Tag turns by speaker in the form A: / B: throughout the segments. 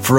A: For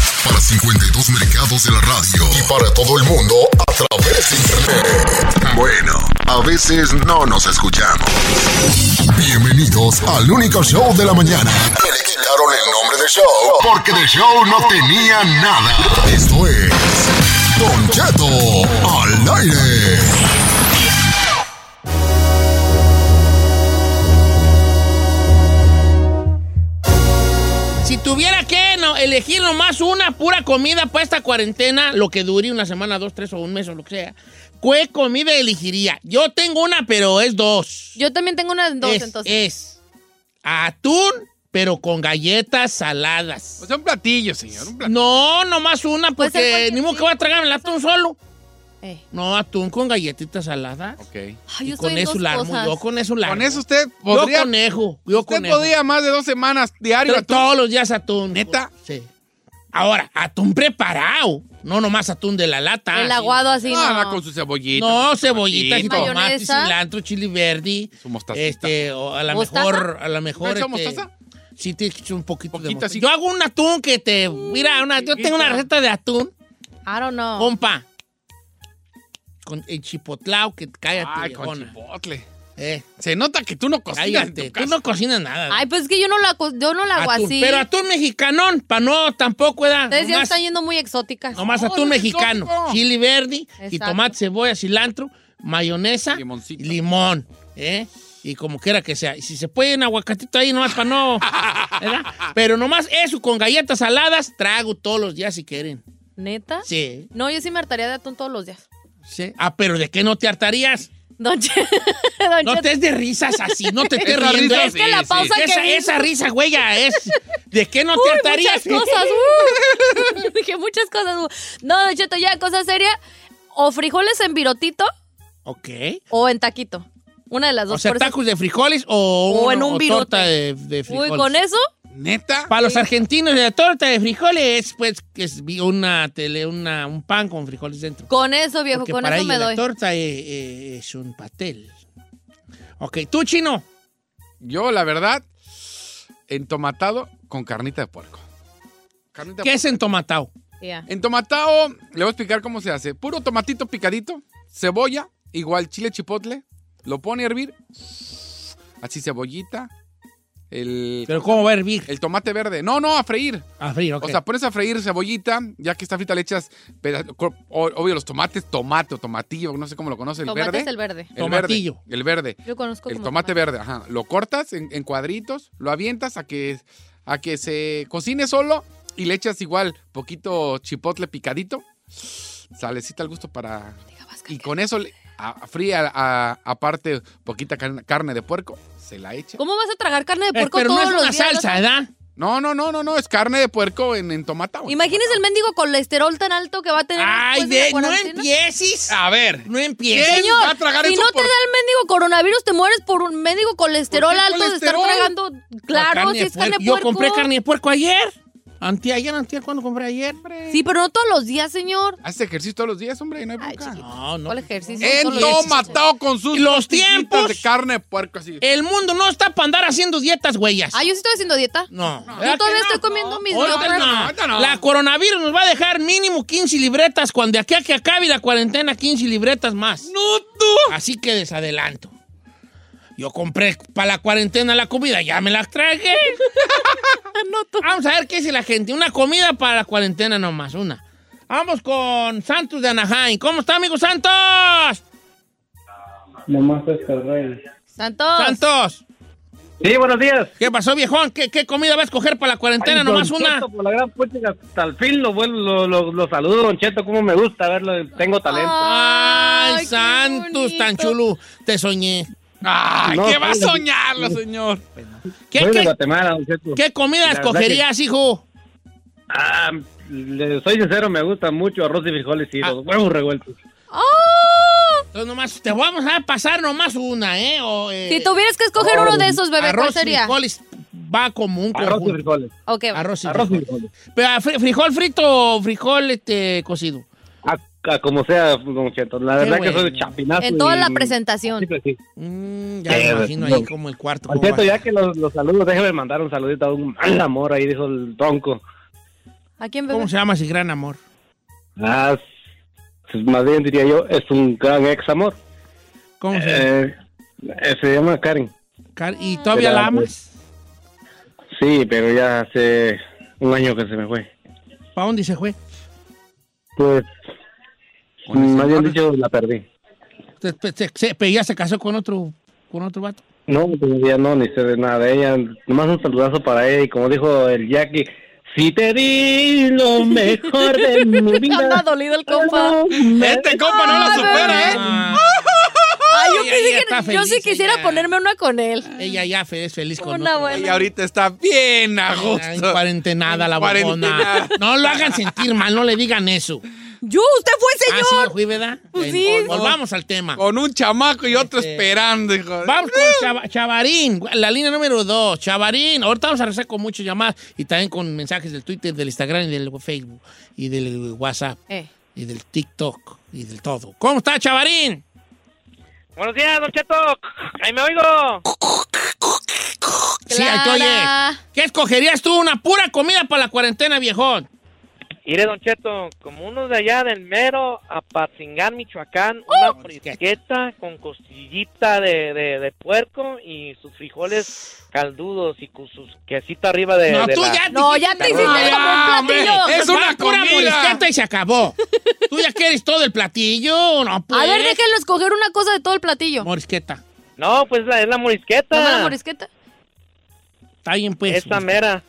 B: Para 52 mercados de la radio y para todo el mundo a través de internet. Bueno, a veces no nos escuchamos. Bienvenidos al único show de la mañana. Me le quitaron el nombre de show porque de show no tenía nada. Esto es Don Cheto al aire.
C: Si tuviera que no, elegir nomás una pura comida para esta cuarentena, lo que dure una semana, dos, tres o un mes o lo que sea, ¿qué comida elegiría? Yo tengo una, pero es dos.
D: Yo también tengo unas dos,
C: es,
D: entonces.
C: es atún, pero con galletas saladas.
E: O sea, Pues un platillo, señor. Un platillo.
C: No, nomás una,
D: Puede ser
C: porque
D: cualquier
C: ni modo que voy a tragarme el atún solo.
D: Eh.
C: No, atún con galletitas saladas.
E: Ok.
D: Ay,
C: Y
D: yo
C: con
D: estoy en
C: eso
D: dos
C: largo,
D: cosas.
C: yo con eso largo.
E: Con eso usted
C: Yo
E: podría.
C: conejo, yo
E: usted
C: conejo.
E: podría más de dos semanas diario.
C: Pero
E: atún.
C: todos los días atún.
E: ¿Neta?
C: Sí. Ahora, atún preparado. No nomás atún de la lata.
D: El
C: sino-
D: aguado así,
E: Ah,
D: no.
E: va con su cebollita.
C: No,
E: con su
C: cebollita,
E: tomatito.
D: jitomate.
C: jitomate,
D: Mayonesa.
C: cilantro, chili verde.
E: Su mostacita.
C: Este, o a lo
D: ¿Mostaza?
C: mejor, a lo mejor.
E: ¿No echa
C: este,
E: mostaza?
C: Sí, te echo un poquito de
E: Poquita,
C: mostaza.
E: sí.
C: Yo hago un atún que te. Mira, una- yo tengo una receta de atún,
D: I don't know.
C: compa. Con el chipotlao que cállate,
E: Ay, con
C: viejona.
E: chipotle.
C: Eh,
E: Se nota que tú no cocinas en tu
C: cállate. Tú
E: casa.
C: no cocinas nada.
D: Ay, pues es que yo no la, co- yo no la hago
C: Atún,
D: así.
C: Pero atún mexicanón, pa' no, tampoco, ¿verdad?
D: Ustedes ya
C: Nomás-
D: están yendo muy exóticas.
C: Nomás
E: No,
C: atún
E: no es
C: mexicano,
E: exótico.
C: chili verde, y
D: Exacto.
C: tomate, cebolla, cilantro, mayonesa,
E: Limoncito.
C: y limón, ¿eh? Y como quiera que sea. Y si se puede un aguacatito ahí nomás para no, ¿verdad? Pero nomás eso, con galletas saladas, trago todos los días si quieren.
D: ¿Neta?
C: Sí,
D: No, yo sí me hartaría de atún todos los días.
C: sí. Ah, pero ¿de qué no te hartarías?
D: Don, Che- Don
C: No
D: Cheto.
C: te es de risas así, no te estés
E: Esa
C: riendo.
E: risa
C: ¿eh?
E: Es que la sí, pausa
D: sí. que
C: Esa,
D: hizo.
C: esa risa, güey, ya es... ¿De qué no
D: Uy,
C: te hartarías?
D: muchas cosas. uh. Dije muchas cosas. uh. No, Don Cheto, ya, cosa seria. O frijoles en virotito
C: Ok.
D: o en taquito. Una de las dos.
C: O sea,
D: por eso-
C: tacos de frijoles o,
D: O
C: uno-
D: en un virote.
C: torta de, de
D: Uy,
C: frijoles.
D: con eso,
E: ¿Neta?
C: Para los argentinos la torta de frijoles, pues que es vi- una tele, una, un pan con frijoles dentro.
D: con eso, viejo,
C: Porque
D: con
C: para
D: eso
C: ella
D: me
C: la
D: doy.
C: torta eh, eh, es, un pastel. Ok, tú chino.
E: Yo, la verdad, entomatado con carnita de puerco. Carnita
C: ¿Qué
E: de
C: es entomatado?
D: Ya.
E: Entomatado, le voy a explicar cómo se hace. Puro tomatito picadito, cebolla, igual chile chipotle, lo pone a hervir, así cebollita, el,
C: Pero ¿cómo va a hervir?
E: el tomate verde. No, no, a freír.
C: A frío, ok.
E: O sea, pones a freír cebollita, ya que está frita le echas, peda- co- o- obvio, los tomates, tomate o tomatillo, no sé cómo lo conoce, el
D: Tomate
E: verde.
D: es el verde.
E: El
C: Tomatillo.
E: verde, el verde.
D: Yo conozco
E: El
D: como
E: tomate verde, ajá. Lo cortas en, en cuadritos, lo avientas a que, a que se cocine solo y le echas igual poquito chipotle picadito. Salecita al gusto para... Y con eso le- a- fría a- aparte poquita carne, carne de puerco, se la echa.
D: ¿Cómo vas a tragar carne de
C: Eh,
D: puerco
C: pero no
D: todos
C: es
D: los
C: una
D: días?
C: salsa, ¿verdad?
E: No, no, no, no, no, es carne de puerco en, en tomata. güey.
D: Imagínese el mendigo colesterol tan alto que va a tener
C: Ay,
D: después de la
C: de- no
D: cuarentena.
C: empieces.
E: A ver,
C: No empieces.
E: ¿quién
D: Señor,
E: va a tragar
D: si
E: eso
D: no
E: por-
D: te da el mendigo coronavirus, te mueres por un mendigo colesterol
E: ¿Por qué
D: alto de estar
E: colesterol?
D: tragando.
C: La
D: Claro,
C: carne
D: si
C: de
D: es carne de
C: puerco. Yo
D: puerco.
C: compré carne de puerco ayer. Antier, ayer, antier, ¿cuándo compré ayer?
D: Sí, pero no todos los días, señor.
E: Haces ejercicio todos los días, hombre, no hay
D: Ay,
E: bronca.
D: chiquito.
C: No, no.
D: ¿Cuál ejercicio? Todos los
E: Ento
D: días.
E: matado con sus
C: Los
E: costicitas
C: tiempos.
E: de carne de puerco así.
C: El mundo no está para andar haciendo dietas, güeyas.
D: Ah, yo sí estoy haciendo dieta.
C: no.
D: Yo todavía estoy comiendo mis
C: Ahorita
D: yogurts.
C: no.
E: ahorita no.
C: La coronavirus nos va a dejar mínimo 15 libretas cuando de aquí a que acabe la cuarentena, 15 libretas más.
E: ¡No tú!
C: Así que desadelanto. Yo compré para la cuarentena la comida, ya me la traje. Vamos a ver qué dice la gente. Una comida para la cuarentena nomás, una. Vamos con Santos de Anaheim. ¿Cómo está, amigo Santos?
F: Nomás estos reyes.
D: Santos.
C: Santos,
F: Sí, buenos días.
C: ¿qué pasó, viejón? ¿Qué, qué comida va a escoger para la cuarentena
F: Ay,
C: nomás
F: don
C: una?
F: Cheto, por la gran pucha, hasta el fin lo, vuelvo- lo, lo- lo saludo, Don Cheto, como me gusta verlo, tengo talento.
C: Ay,
D: Ay, qué
C: Santos, tan
D: bonito.
C: chulo. Te soñé.
E: ¡Ay,
F: No,
E: qué va a
F: soy de-
E: soñarlo, señor!
C: ¿Qué,
F: soy de
C: qué-
F: Guatemala, Don Cheto.
C: qué comida
F: verdad
C: escogerías, hijo?
F: Ah, le- soy sincero, me gusta mucho arroz y frijoles y
C: Ah.
F: los huevos revueltos.
D: ¡Oh!
C: Entonces nomás, te vamos a pasar nomás una, ¿eh? O, eh,
D: Si tuvieras que escoger uno de esos, bebé, ¿cuál
C: arroz y
D: sería?
C: frijoles va como un
F: Arroz y
C: conjunto.
F: frijoles.
D: Ok, va.
C: Arroz y
F: Arroz y
C: frijoles.
F: frijoles.
C: Pero, ah, fri- frijol frito o frijol este, cocido.
F: A, a Ah, como sea, Don Cheto. La
C: Qué
F: verdad que soy
C: bueno.
F: de chapinazo.
D: En toda
F: y-
D: la presentación.
F: Sí, pues sí.
C: Mm, ya
F: Eh,
C: me imagino
F: no.
C: ahí como el cuarto.
F: Don
C: cómo
F: Cheto,
C: va.
F: ya que los, los saludos, déjeme mandar un saludito a un mal amor ahí, dijo el tronco.
D: ¿A quién, bebé?
C: ¿Cómo se llama ese gran amor?
F: Ah, pues, más bien diría yo, es un gran ex amor.
C: ¿Cómo se llama?
F: Eh, eh, se llama Karen.
C: Car- ¿Y todavía la
F: Era-
C: amas?
F: Sí, pero ya hace un año que se me fue.
C: ¿Para dónde se fue?
F: Pues,
C: Con ese
F: más bien
C: amor.
F: dicho, la perdí.
C: Se- se- se- se- pero ya se casó con otro, con otro vato.
F: No, todavía no, ni sé de nada de ella. Nomás un saludazo para ella. Y como dijo el Jackie, si te di lo mejor de mi
D: Anda
F: vida.
D: dolido el compa.
F: no me-
E: Este compa no la
D: Ay,
E: supera, ¿eh?
C: Ah,
D: Ay, Ah, yo,
C: Ay,
D: pensé
C: ella
D: que-
C: está
D: yo
C: feliz,
D: sí quisiera
C: ella.
D: ponerme una con él.
C: ella ya fe- es feliz con
D: Una
C: otro.
D: buena.
E: Y ahorita está bien a
C: Ah, en
E: gusto.
C: cuarentenada la bobona.
E: Cuarentenada.
C: No lo hagan sentir mal, no le digan eso.
D: Yo, usted fue,
C: Ah, sí, lo
D: señor.
C: fui, ¿verdad? Bueno,
D: Pues sí.
C: Volvamos al tema.
E: Con un chamaco y otro
C: Este-
E: esperando, hijo.
C: Vamos con Chava- Chavarín, la línea número dos. Chavarín, ahorita vamos a regresar con muchas llamadas y también con mensajes del Twitter, del Instagram y del Facebook y del WhatsApp
D: Eh,
C: y del TikTok y del todo. ¿Cómo está, Chavarín?
F: Buenos días, Don Cheto. Ahí me oigo.
C: Sí, ahí te
D: Clara.
C: oyes. ¿Qué escogerías tú? Una pura comida para la cuarentena, viejón.
F: Mire, Don Cheto, como uno de allá del mero Apatzingán, Michoacán,
C: Oh,
F: una frisqueta con costillita de, de, de puerco y sus frijoles caldudos y con sus quesita arriba de,
C: No,
F: de
C: tú
F: la-
C: ya
D: No, ya te hiciste
C: No,
D: como un
C: ya, hombre.
D: platillo.
E: Es
C: Va
E: una
C: pura
E: comida.
C: morisqueta y se acabó. ¿Tú Pues ya quieres todo el platillo? No, pues.
D: A ver, déjenlo escoger una cosa de todo el platillo.
C: Morisqueta.
F: No, pues la- es la
D: ¿Nomás la
F: morisqueta.
D: morisqueta?
C: Está bien, pues.
F: Esta mera.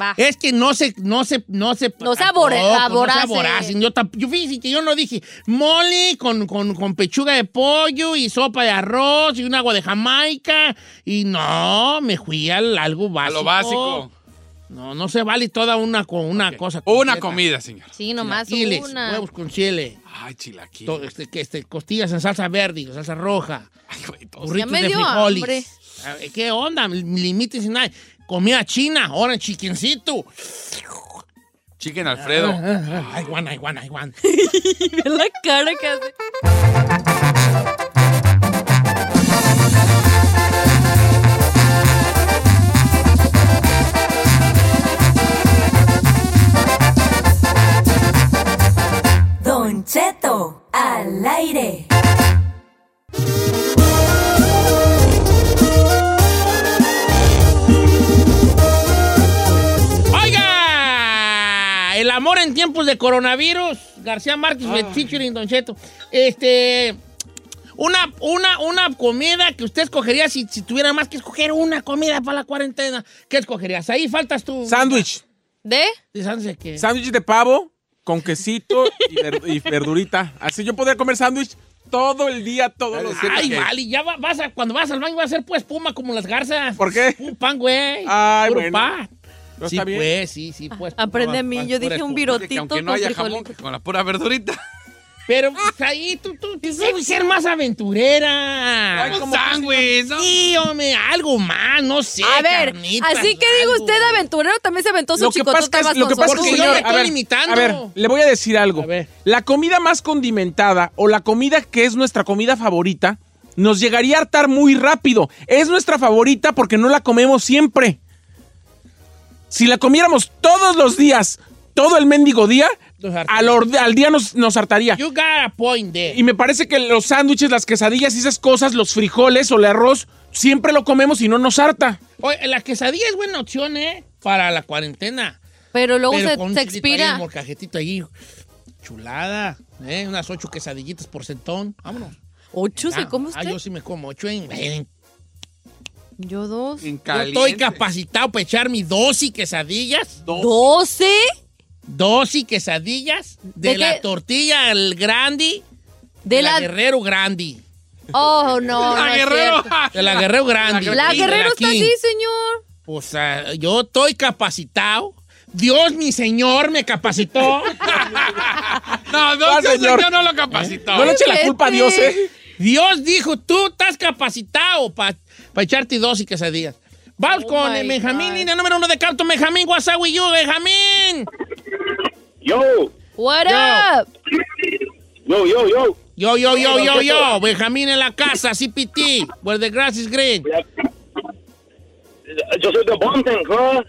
D: Va.
G: Eh,
C: Es que no se, no se, no se.
D: Ah. No se
C: tampoco,
D: abore-
C: No
D: aborace.
C: se aboracen. Yo, tamp- yo fíjese que yo no dije mole con, con, con pechuga de pollo y sopa de arroz y un agua de Jamaica. Y no, me fui al algo
E: A
C: básico.
E: lo básico.
C: No, no se vale toda una, con una cosa.
E: Una
C: completa.
E: comida, señor.
D: Sí, nomás
C: Chilaquiles,
D: una.
C: huevos con chile.
E: Ay, chilaquil.
C: to- este, que- este, costillas en salsa verde, con salsa roja.
E: Ay, güey, todo.
C: Burritos
D: me
C: de
D: dio
C: frijoles.
D: hambre.
C: A ver, ¿Qué onda? Límites y nada. Comida china, ahora chiquencito. Ah,
E: Chicken Alfredo.
C: Ay, Juan, ay, Juan, ay, Juan.
D: Ve la cara que hace.
H: Don Cheto, al aire.
C: Oiga, el amor en tiempos de coronavirus. García Márquez, with featuring Don Cheto. Este, una, una, una comida que usted escogería si, si tuviera más que escoger una comida para la cuarentena. ¿Qué escogerías? Ahí faltas tú.
G: Sándwich.
D: ¿De?
C: Sí, sándwich de qué?
G: Sándwich de pavo con quesito y, ver- y verdurita. Así yo podría comer sándwich todo el día, todos los días.
C: Ay, vale, ya va- vas a, cuando vas al baño vas a ser pues espuma como las garzas.
G: ¿Por qué?
C: Un pan, güey.
G: Ay,
C: Puro
G: bueno.
C: pan.
G: No
C: sí,
G: está bien.
C: pues, sí, sí, pues.
D: Aprende
C: pura-
D: a mí.
C: pura
D: Yo dije un
C: espuma.
E: Que
D: virotito
E: aunque
D: con
E: no haya jamón,
D: frijolitos.
E: que con la pura verdurita.
C: Pero pues, ahí tú, tú debes ser más aventurera.
E: Ay,
C: Como-
E: sándwich, ¿no?
C: Sí, hombre, algo más, no sé.
D: A ver,
C: carnitas,
D: así que digo
C: algo.
D: usted aventurero también se aventó su
G: Lo que
D: chico
G: pasa es que, es- lo que pasa es que,
C: Porque yo
G: señor,
C: me estoy
G: a ver,
C: limitando.
G: a ver, le voy a decir algo.
C: A ver.
G: La comida más condimentada o la comida que es nuestra comida favorita nos llegaría a hartar muy rápido. Es nuestra favorita porque no la comemos siempre. Si la comiéramos todos los días, todo el mendigo día,
C: Nos hartaría.
G: al, orde- al día nos, nos hartaría.
C: You got a point there.
G: Y me parece que los sándwiches, las quesadillas y esas cosas, los frijoles o el arroz, siempre lo comemos y no nos harta.
C: Oye, la quesadilla es buena opción, ¿eh? Para la cuarentena.
D: Pero luego
C: Pero
D: se,
C: con un
D: se
C: chilito ahí,
D: expira.
C: Un molcajetito ahí. Chulada. ¿eh? Unas ocho quesadillitas por centón. Vámonos.
D: ¿Ocho se
C: Ah,
D: come
C: Ah,
D: usted?
C: yo sí me como ocho en- en
D: Yo dos.
E: En
C: Yo
E: caliente.
C: estoy capacitado para echar mis 12 quesadillas.
D: ¿Doce?
C: 12 quesadillas de,
D: ¿De qué?
C: la tortilla al grandi.
D: De la...
C: Guerrero Grandi.
D: Oh, no, no
E: ¡Ah,
D: es
E: guerrero!
D: cierto.
C: De la Guerrero Grandi.
D: La
C: Sí, de
D: Guerrero está
C: aquí.
D: así, señor.
C: Pues ah, yo estoy capacitado. Dios, mi señor, me capacitó.
E: No, no,
G: Ah,
E: yo,
G: señor.
E: yo no lo capacitó.
G: No le eche la culpa a Dios, ¿eh?
C: Dios dijo, tú estás capacitado para echarte 12 quesadillas. Vamos
D: Oh
C: con
D: my
C: el Benjamín,
D: God.
C: línea número uno de Canto. Benjamín, what's up with you, Benjamín?
I: Yo,
D: What
C: Yo.
D: up?
I: yo, yo, yo.
C: Yo, yo, yo, yo, yo. Benjamín en la casa, CPT, where the grass is green.
I: Yo soy de Bonten, ¿no?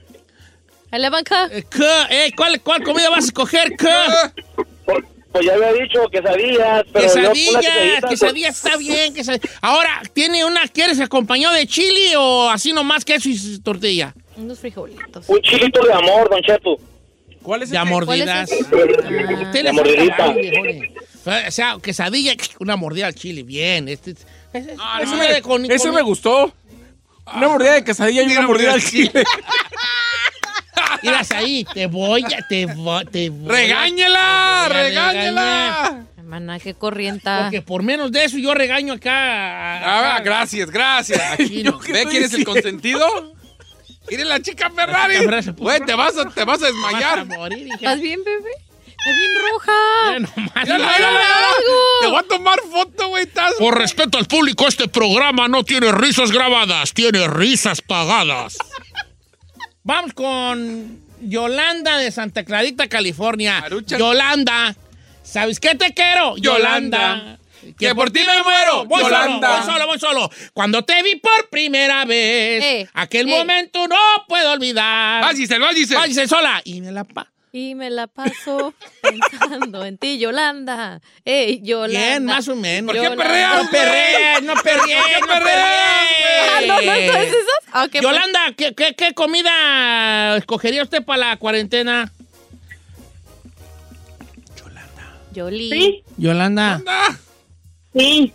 D: Eleven K.
C: Eh, ¿qué? Eh, ¿cuál, ¿Cuál comida vas a escoger? ¿Qué?
I: Por- Pues ya había dicho quesadillas, pero yo con pues,
C: Quesadillas,
I: las quesadillas,
C: quesadillas está bien. quesadillas. Ahora, ¿tiene una, quieres acompañado de chili o así nomás queso y tortilla?
D: Unos frijolitos.
I: Un chilito de amor, don Cheto.
G: ¿Cuál es
C: Ya mordidas.
D: ¿Cuál es
C: Ah, Ustedes
I: La
C: son
I: mordidita.
C: caballos, viejones. O sea, quesadilla, una mordida al chile, bien. Este, ese- ese
G: Eso
C: me-
G: me,
C: con-
G: ese
C: con-
G: me gustó. Una mordida de quesadilla y una mordida al chile.
C: Miras ahí, te voy, a- te voy, te voy a-
E: ¡Regáñela!
C: te voy a regañar.
E: ¡Regáñela!
D: Hermana, qué corrienta.
C: Porque por menos de eso yo regaño acá. a-
E: Ah,
C: acá.
E: gracias, gracias.
C: Aquí no.
E: ¿Ve quién es el consentido? Mire la chica Ferrari.
C: La chica Ferrari.
E: Güey, te vas a, te vas a
C: Vas a
E: desmayar.
C: morir, hija.
D: ¿Estás bien, bebé? ¿Estás bien roja?
C: Mira nomás.
E: Mírala, mírala, mírala. Te voy a tomar foto, güey. Estás.
C: Por respeto al público, este programa no tiene risas grabadas, tiene risas pagadas. Vamos con Yolanda de Santa Clarita, California.
E: Marucha.
C: Yolanda, ¿sabes qué te quiero? Yolanda.
E: Yolanda. Que por ti me muero,
C: Voy
E: Yolanda.
C: solo, voy solo, voy solo. Cuando te vi por primera vez,
D: Eh,
C: aquel
D: eh.
C: momento no puedo olvidar.
E: Vas, Giselle, vas, Giselle.
C: Váyase sola. Y me la pa.
D: Y me la paso pensando en ti, Yolanda. Ey, Yolanda.
C: Bien, más o menos.
E: ¿Por qué
D: Yolanda.
E: perreas?
C: No perrees, no perrees,
E: ¿Por qué
C: no
E: perreas,
D: Ah,
C: perrees.
D: no, no, ¿no es esas? Ah, ok, pues.
C: Yolanda, ¿qué, qué, qué comida escogería usted para la cuarentena?
D: Yoli.
J: Sí,
C: Yolanda,
J: sí.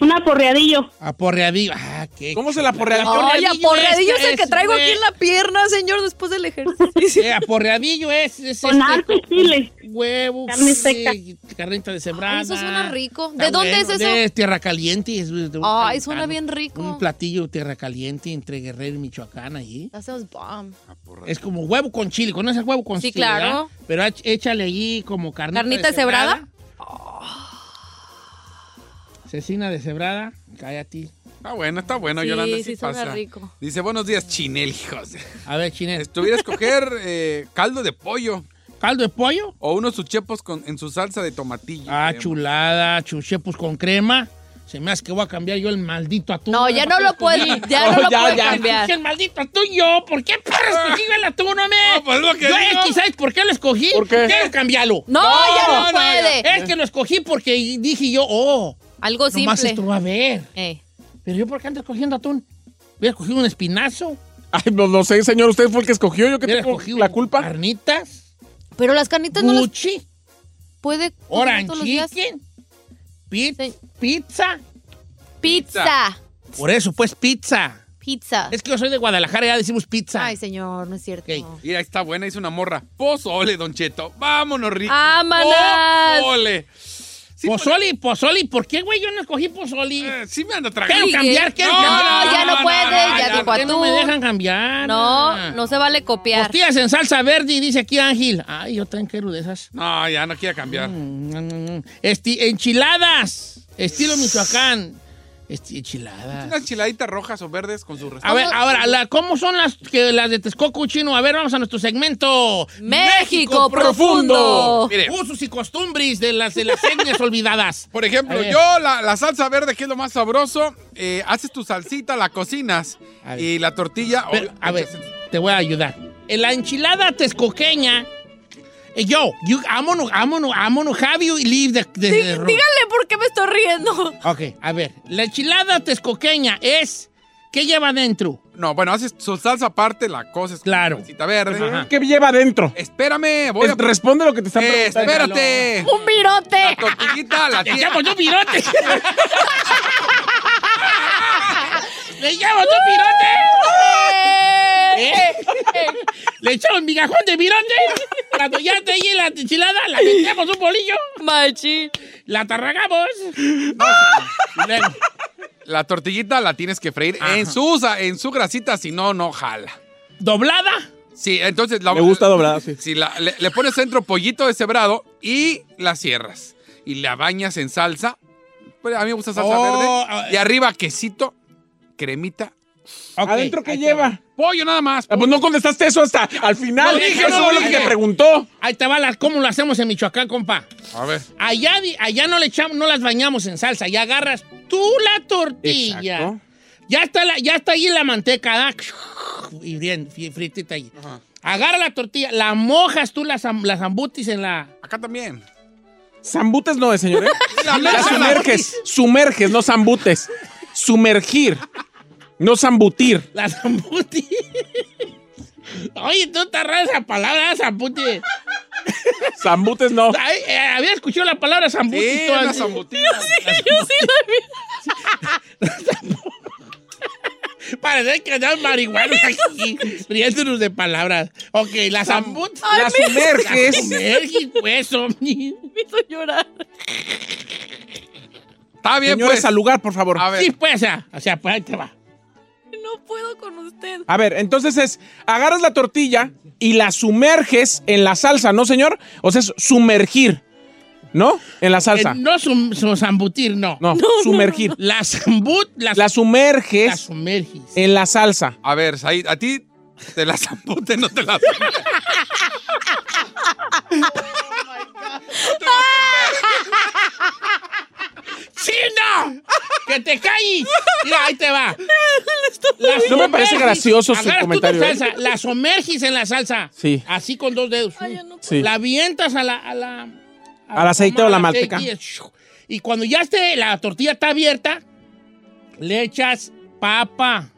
J: Una porreadillo.
C: a porreadillo. Ah, qué.
G: ¿Cómo se la porrearía?
D: Ay,
C: Aporreadillo
D: aporreadillo es
C: este
D: el que
C: es,
D: traigo
C: güey.
D: aquí en la pierna, señor, después del ejercicio.
C: Eh, a porreadillo es, es este
J: Con harto chile.
C: huevo,
J: Carne seca.
C: sí, carnita de sembrana.
D: Ay, eso suena rico.
C: Está
D: ¿De dónde es eso?
C: De tierra caliente. es de un
D: Ay,
C: mexicano.
D: suena bien rico.
C: Un platillo tierra caliente entre Guerrero y Michoacán allí.
D: That sounds bomb.
C: Es como huevo con chile, ¿conoces el huevo con
D: Sí,
C: chile? ¿verdad?
D: claro.
C: Pero hach- échale allí como carnita.
D: ¿Carnita deshebrada?
C: Cecina deshebrada, cállate.
E: Está Ah, bueno, está bueno,
D: Sí,
E: Yolanda. Sí,
D: sí suena
E: pasa.
D: rico.
E: Dice, buenos días, Chinel, hijos.
C: A ver, chinés.
E: Estuviera a escoger eh, caldo de pollo
C: ¿Caldo de pollo?
E: o unos suchepos con, en su salsa de tomatillo.
C: Ah,
E: crema.
C: chulada, chuchepos con crema. Se me hace que voy a cambiar yo el maldito atún.
D: No, ya no lo puedo, ya no
G: No,
D: lo
G: ya,
D: puedo
G: ya.
D: cambiar. Ah.
C: Dije el maldito atún yo. ¿Por qué perras que el atún, hombre?
E: No, pues es lo que
C: yo,
E: digo.
C: es que, ¿sabes por qué lo escogí?
G: ¿Por qué?
C: Quiero cambiarlo.
D: No, ya no,
E: no, ya.
D: puede.
C: Es que lo escogí porque dije yo, oh,
D: Algo
C: nomás
D: simple. Eh.
C: esto va a ver.
D: Ey.
C: Pero yo por qué ando cogiendo atún. Hubiera cogido un espinazo.
G: Ay, no, no sé, señor. Usted fue el que escogió. Yo que
C: Hubiera
G: tengo
C: cogido
G: la culpa.
C: Carnitas.
D: Pero las carnitas no las
C: Gucci.
D: puede comer
C: Orange
D: todos los días.
C: chicken. pi-
D: Sí.
C: Pizza.
D: Pizza.
C: Por eso, pues, pizza.
D: Pizza.
C: Es que yo soy de Guadalajara ya decimos pizza.
D: Ay, señor, no es cierto.
C: Ok.
E: Mira, está buena,
D: Ah,
E: hizo una morra. Pozole, Don Cheto. Vámonos, Ricky.
D: ¡Vámonos!
E: Pozole.
G: pues,
C: pozoli, pozoli, ¿por qué, güey? Yo no escogí pozoli.
G: Eh,
E: sí me ando
C: tragando. Quiero cambiar, quiero
D: No,
C: cambiar.
D: no, ya no puede, ya dijo
C: ¿por qué no
D: atún.
C: me dejan cambiar?
D: No, no se vale copiar.
C: Tías Ah, en salsa verde, y dice aquí Ángel. Ay, yo también quiero de esas. Este,
E: No, ya no quiero cambiar.
C: Mm, Esti- enchiladas, estilo Michoacán. Esti- enchiladas.
E: Unas enchiladitas rojas o verdes con su
C: A ver, ahora, la- ¿cómo son las, que, las de Texcoco Chino? A ver, vamos a nuestro segmento.
D: México Profundo.
E: Mire.
C: Usos y costumbres de las, de las etnias olvidadas.
E: Por ejemplo,
C: A ver.
E: yo la, la salsa verde, que es lo más sabroso, eh, haces tu salsita, la cocinas
C: A ver.
E: y la tortilla.
C: Pero,
E: oh,
C: a ver, te voy a ayudar. En la enchilada texcoqueña, eh, yo, you, I'm gonna- I'm gonna- I'm gonna have you leave the- the-
D: Dí-
C: the room.
D: díganle por qué me estoy riendo.
C: Ok, a ver, la enchilada texcoqueña es, ¿qué lleva dentro?
E: No, bueno, haces su salsa aparte, la coces con
C: Claro.
E: salsita verde.
C: Ajá.
G: ¿Qué lleva adentro?
E: Espérame, voy a...
G: Responde lo que te está
E: Eh,
G: preguntando.
E: espérate.
D: Un virote.
E: Tortillita, la
C: ¡Le
E: tía.
C: llamo yo pirote! ¡Le llamo yo pirote! ¿Eh? ¿Le echamos migajón de pirote? La tollante y la enchilada, la metemos un bolillo,
D: Machi.
C: la Ah. tarragamos. Y luego,
E: La tortillita la tienes que freír en su, en su grasita, si no, no jala.
C: ¿Doblada?
E: Sí, entonces la,
G: Me gusta doblada, sí.
E: Si la- le, le pones dentro pollito deshebrado y la cierras. Y la bañas en salsa. Pues, a mí me gusta salsa
C: Oh, ah,
E: verde. Y arriba quesito, cremita.
C: Ok,
G: ¿Adentro qué
C: ahí te
G: lleva?
C: va.
E: Pollo nada más.
G: Ah, pues no contestaste eso hasta al final.
C: No dije,
G: eso
C: no
G: fue lo que
C: dije.
G: te preguntó.
C: Ahí te va, la- ¿cómo lo hacemos en Michoacán, compa?
E: A ver.
C: Allá, di- allá no le echamos, no las bañamos en salsa, ya agarras tú la tortilla.
G: Exacto.
C: Ya está, la- ya está ahí la manteca, ¿da? Y bien, fri- fritita ahí. Agarra la tortilla, la mojas tú, las zam- las zambutis en la...
E: Acá también.
G: Zambutes no es, señor. ¿eh?
E: La
G: Ya
E: mezcla,
G: sumerges, sumerges, no zambutes. Sumergir, no zambutir.
C: La zambuti. Oye, tú estás rara esa palabra, ¿eh? zambuti.
G: Zambutes no.
C: Ay, eh, había escuchado la palabra zambuti.
E: Sí,
C: toda-
E: una zambutita.
D: Yo sí lo vi.
C: Parece que andan marihuanos aquí, riéndonos de palabras. Ok, la zambuti.
G: La sumerges.
C: Sumergis, pues, hombre.
D: Me hizo llorar.
E: Está bien,
G: Señores,
E: pues.
G: al lugar, por favor.
E: A ver.
C: Sí, pues, o sea, o sea, pues ahí te va.
D: No puedo con usted.
G: A ver, entonces es, agarras la tortilla y la sumerges en la salsa, ¿no, señor? O sea, es sumergir, ¿no? En la salsa.
C: Eh, no sum- su- zambutir, no.
G: no, sumergir.
C: La zambut, la,
G: La sumerges
C: la sumergis.
G: en la salsa.
E: A ver, Said, a ti te la zambute, no te la
C: ¡Sí, no! ¡Que te calles! Mira, ahí te va. La
G: No me parece
C: sumergis.
G: gracioso su
C: Agarras tú tu
G: comentario, ¿eh?
C: salsa, la sumergis en la salsa.
G: Sí.
C: Así con dos dedos.
G: Sí.
C: La avientas a la... A la
G: Al aceite o la manteca.
C: aceite Y y cuando ya esté, la tortilla está abierta, le echas papa.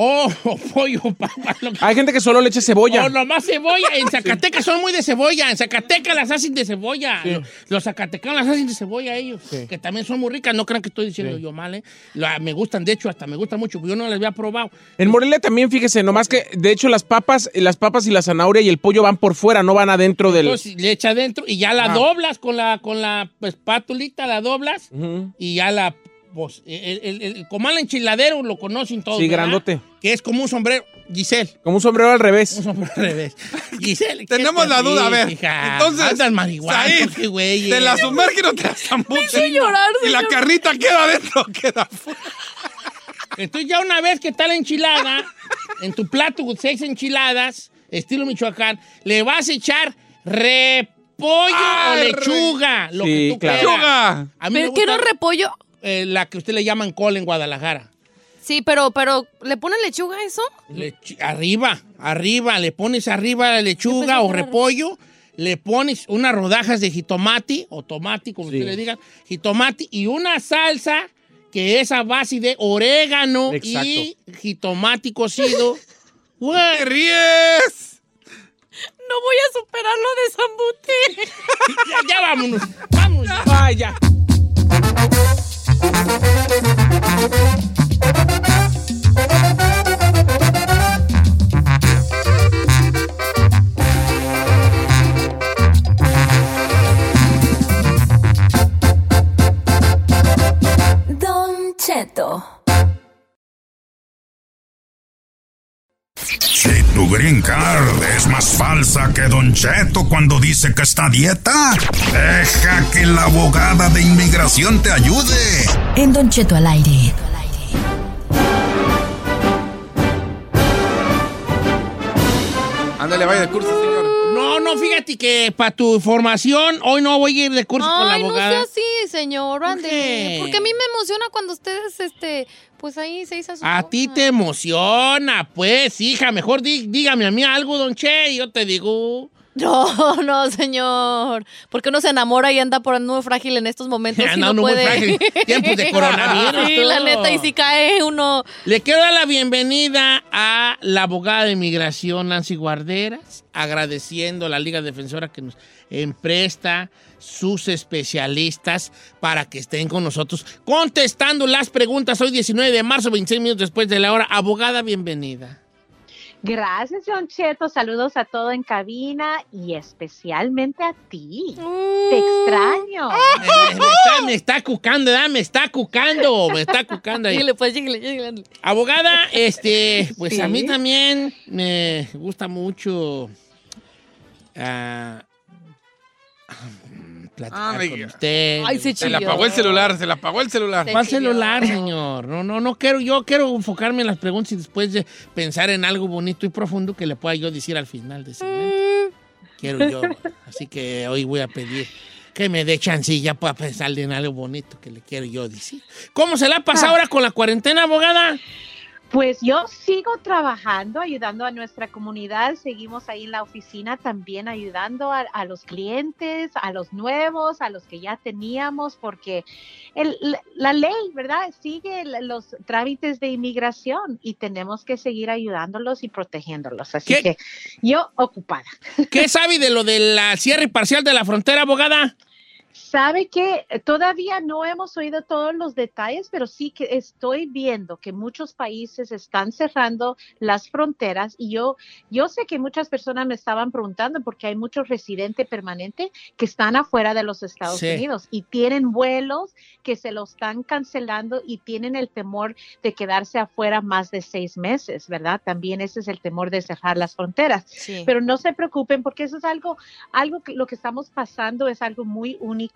C: Oh, pollo, papa. lo que-
G: Hay gente que solo le echa cebolla.
C: No, nomás cebolla. En Zacatecas son muy de cebolla. En Zacatecas las hacen de cebolla. Los, los zacatecanos las hacen de cebolla ellos, que también son muy ricas. No crean que estoy diciendo yo mal, ¿eh? La- me gustan, de hecho, hasta me gustan mucho. pues Yo no las había probado.
G: En Morelia también, fíjese, nomás que, de hecho, las papas, las papas y la zanahoria y el pollo van por fuera, no van adentro del...
C: Entonces le echa adentro y ya la
G: Ah.
C: doblas con la, con la espátulita, la doblas
G: Ujú.
C: y ya la... Pues, el, el- el- como al enchiladero lo conocen todos.
G: Sí,
C: ¿verdad?
G: grandote.
C: Que es como un sombrero. Giselle.
G: Como un sombrero al revés.
C: Un sombrero al revés. Giselle. ¿qué
E: Tenemos
C: te
E: la duda, a ver.
C: ríes, hija?
E: Entonces,
C: Andas marihuana,
E: Said,
C: qué güey.
E: Te la sumerge y no te la zambute.
D: hizo llorar,
E: Y la
D: señor.
E: carnita queda adentro, queda fuera.
C: Entonces ya una vez que está la enchilada, en tu plato con seis enchiladas, estilo Michoacán, le vas a echar repollo o
E: Ah, re-
C: lechuga, lo
G: Sí,
C: que tú
G: claro.
C: quieras.
E: Yoga.
C: A mí me
D: ¿Pero qué
C: gusta
D: no repollo?
C: eh, la que usted le llaman col en Guadalajara.
D: Sí, pero, pero, ¿le ponen lechuga a eso?
C: Lechu- arriba, arriba, le pones arriba la lechuga o repollo, le pones unas rodajas de jitomate o tomate, como usted le diga, jitomate y una salsa que es a base de orégano y jitomate cocido. Güey,
E: ¡Te ríes!
D: No voy a superar lo de Zambute.
C: ya, ya vámonos, vámonos. ya.
G: Ay, ya.
H: Cheto.
K: Si tu green card es más falsa que Don Cheto cuando dice que está a dieta, deja que la abogada de inmigración te ayude.
L: En Don Cheto al aire.
E: Ándale, vaya de curso, señor.
C: No, no, fíjate que para tu formación, hoy no voy a ir de curso con la
D: Ay, no
C: abogada.
D: sea así, señor,
C: qué?
D: ándele. Porque a mí me emociona cuando ustedes, este, pues ahí se hizo su...
C: A ti te emociona, pues, hija. Mejor di- dígame a mí algo, don Che, y yo te digo.
D: No, no, señor. Porque uno se enamora y anda por el nudo frágil en estos momentos y
C: Anda
D: no,
C: uno muy
D: puede...
C: frágil. Tiempos de coronavirus,
D: Sí, la
C: todo.
D: neta, y si cae uno...
C: Le quiero dar la bienvenida a la abogada de inmigración, Nancy Guarderas, agradeciendo a la Liga Defensora que nos empresta sus especialistas para que estén con nosotros contestando las preguntas. Hoy 19 de marzo, 26 minutos después de la hora. Abogada, bienvenida.
M: Gracias, John Cheto. Saludos a todo en cabina y especialmente a ti. Te
E: Ah,
M: extraño.
C: Me, me está, me está cucando, ¿verdad? me está cucando, me está cucando ahí.
D: Dígale, pues, dígale, dígale.
C: Abogada, este, pues a mí
D: Sí.
C: también me gusta mucho ah, platicar
E: Ay,
C: con usted.
E: Ay,
C: me
E: se
C: gusta-
E: chilló. Se le apagó el celular, se le apagó el celular.
C: ¿Cuál
E: Se chilló.
C: celular, señor? No, no, no quiero, yo quiero enfocarme en las preguntas y después de pensar en algo bonito y profundo que le pueda yo decir al final de segmento. Quiero yo, así que hoy voy a pedir que me dé chancilla para pensar en algo bonito que le quiero yo decir. ¿Cómo se la pasa ahora con la cuarentena, abogada?
M: Ah. Pues yo sigo trabajando, ayudando a nuestra comunidad. Seguimos ahí en la oficina también ayudando a, a los clientes, a los nuevos, a los que ya teníamos, porque el- la, la ley, ¿verdad? Sigue la- los trámites de inmigración y tenemos que seguir ayudándolos y protegiéndolos. Así
C: ¿Qué?
M: que yo ocupada.
C: ¿Qué sabe de lo del cierre parcial de la frontera, abogada?
M: Sabe que todavía no hemos oído todos los detalles, pero sí que estoy viendo que muchos países están cerrando las fronteras y yo, yo sé que muchas personas me estaban preguntando porque hay muchos residentes permanentes que están afuera de los Estados
N: Sí.
M: Unidos y tienen vuelos que se los están cancelando y tienen el temor de quedarse afuera más de seis meses, ¿verdad? También ese es el temor de cerrar las fronteras.
D: Sí.
M: Pero no se preocupen porque eso es algo, algo que lo que estamos pasando es algo muy único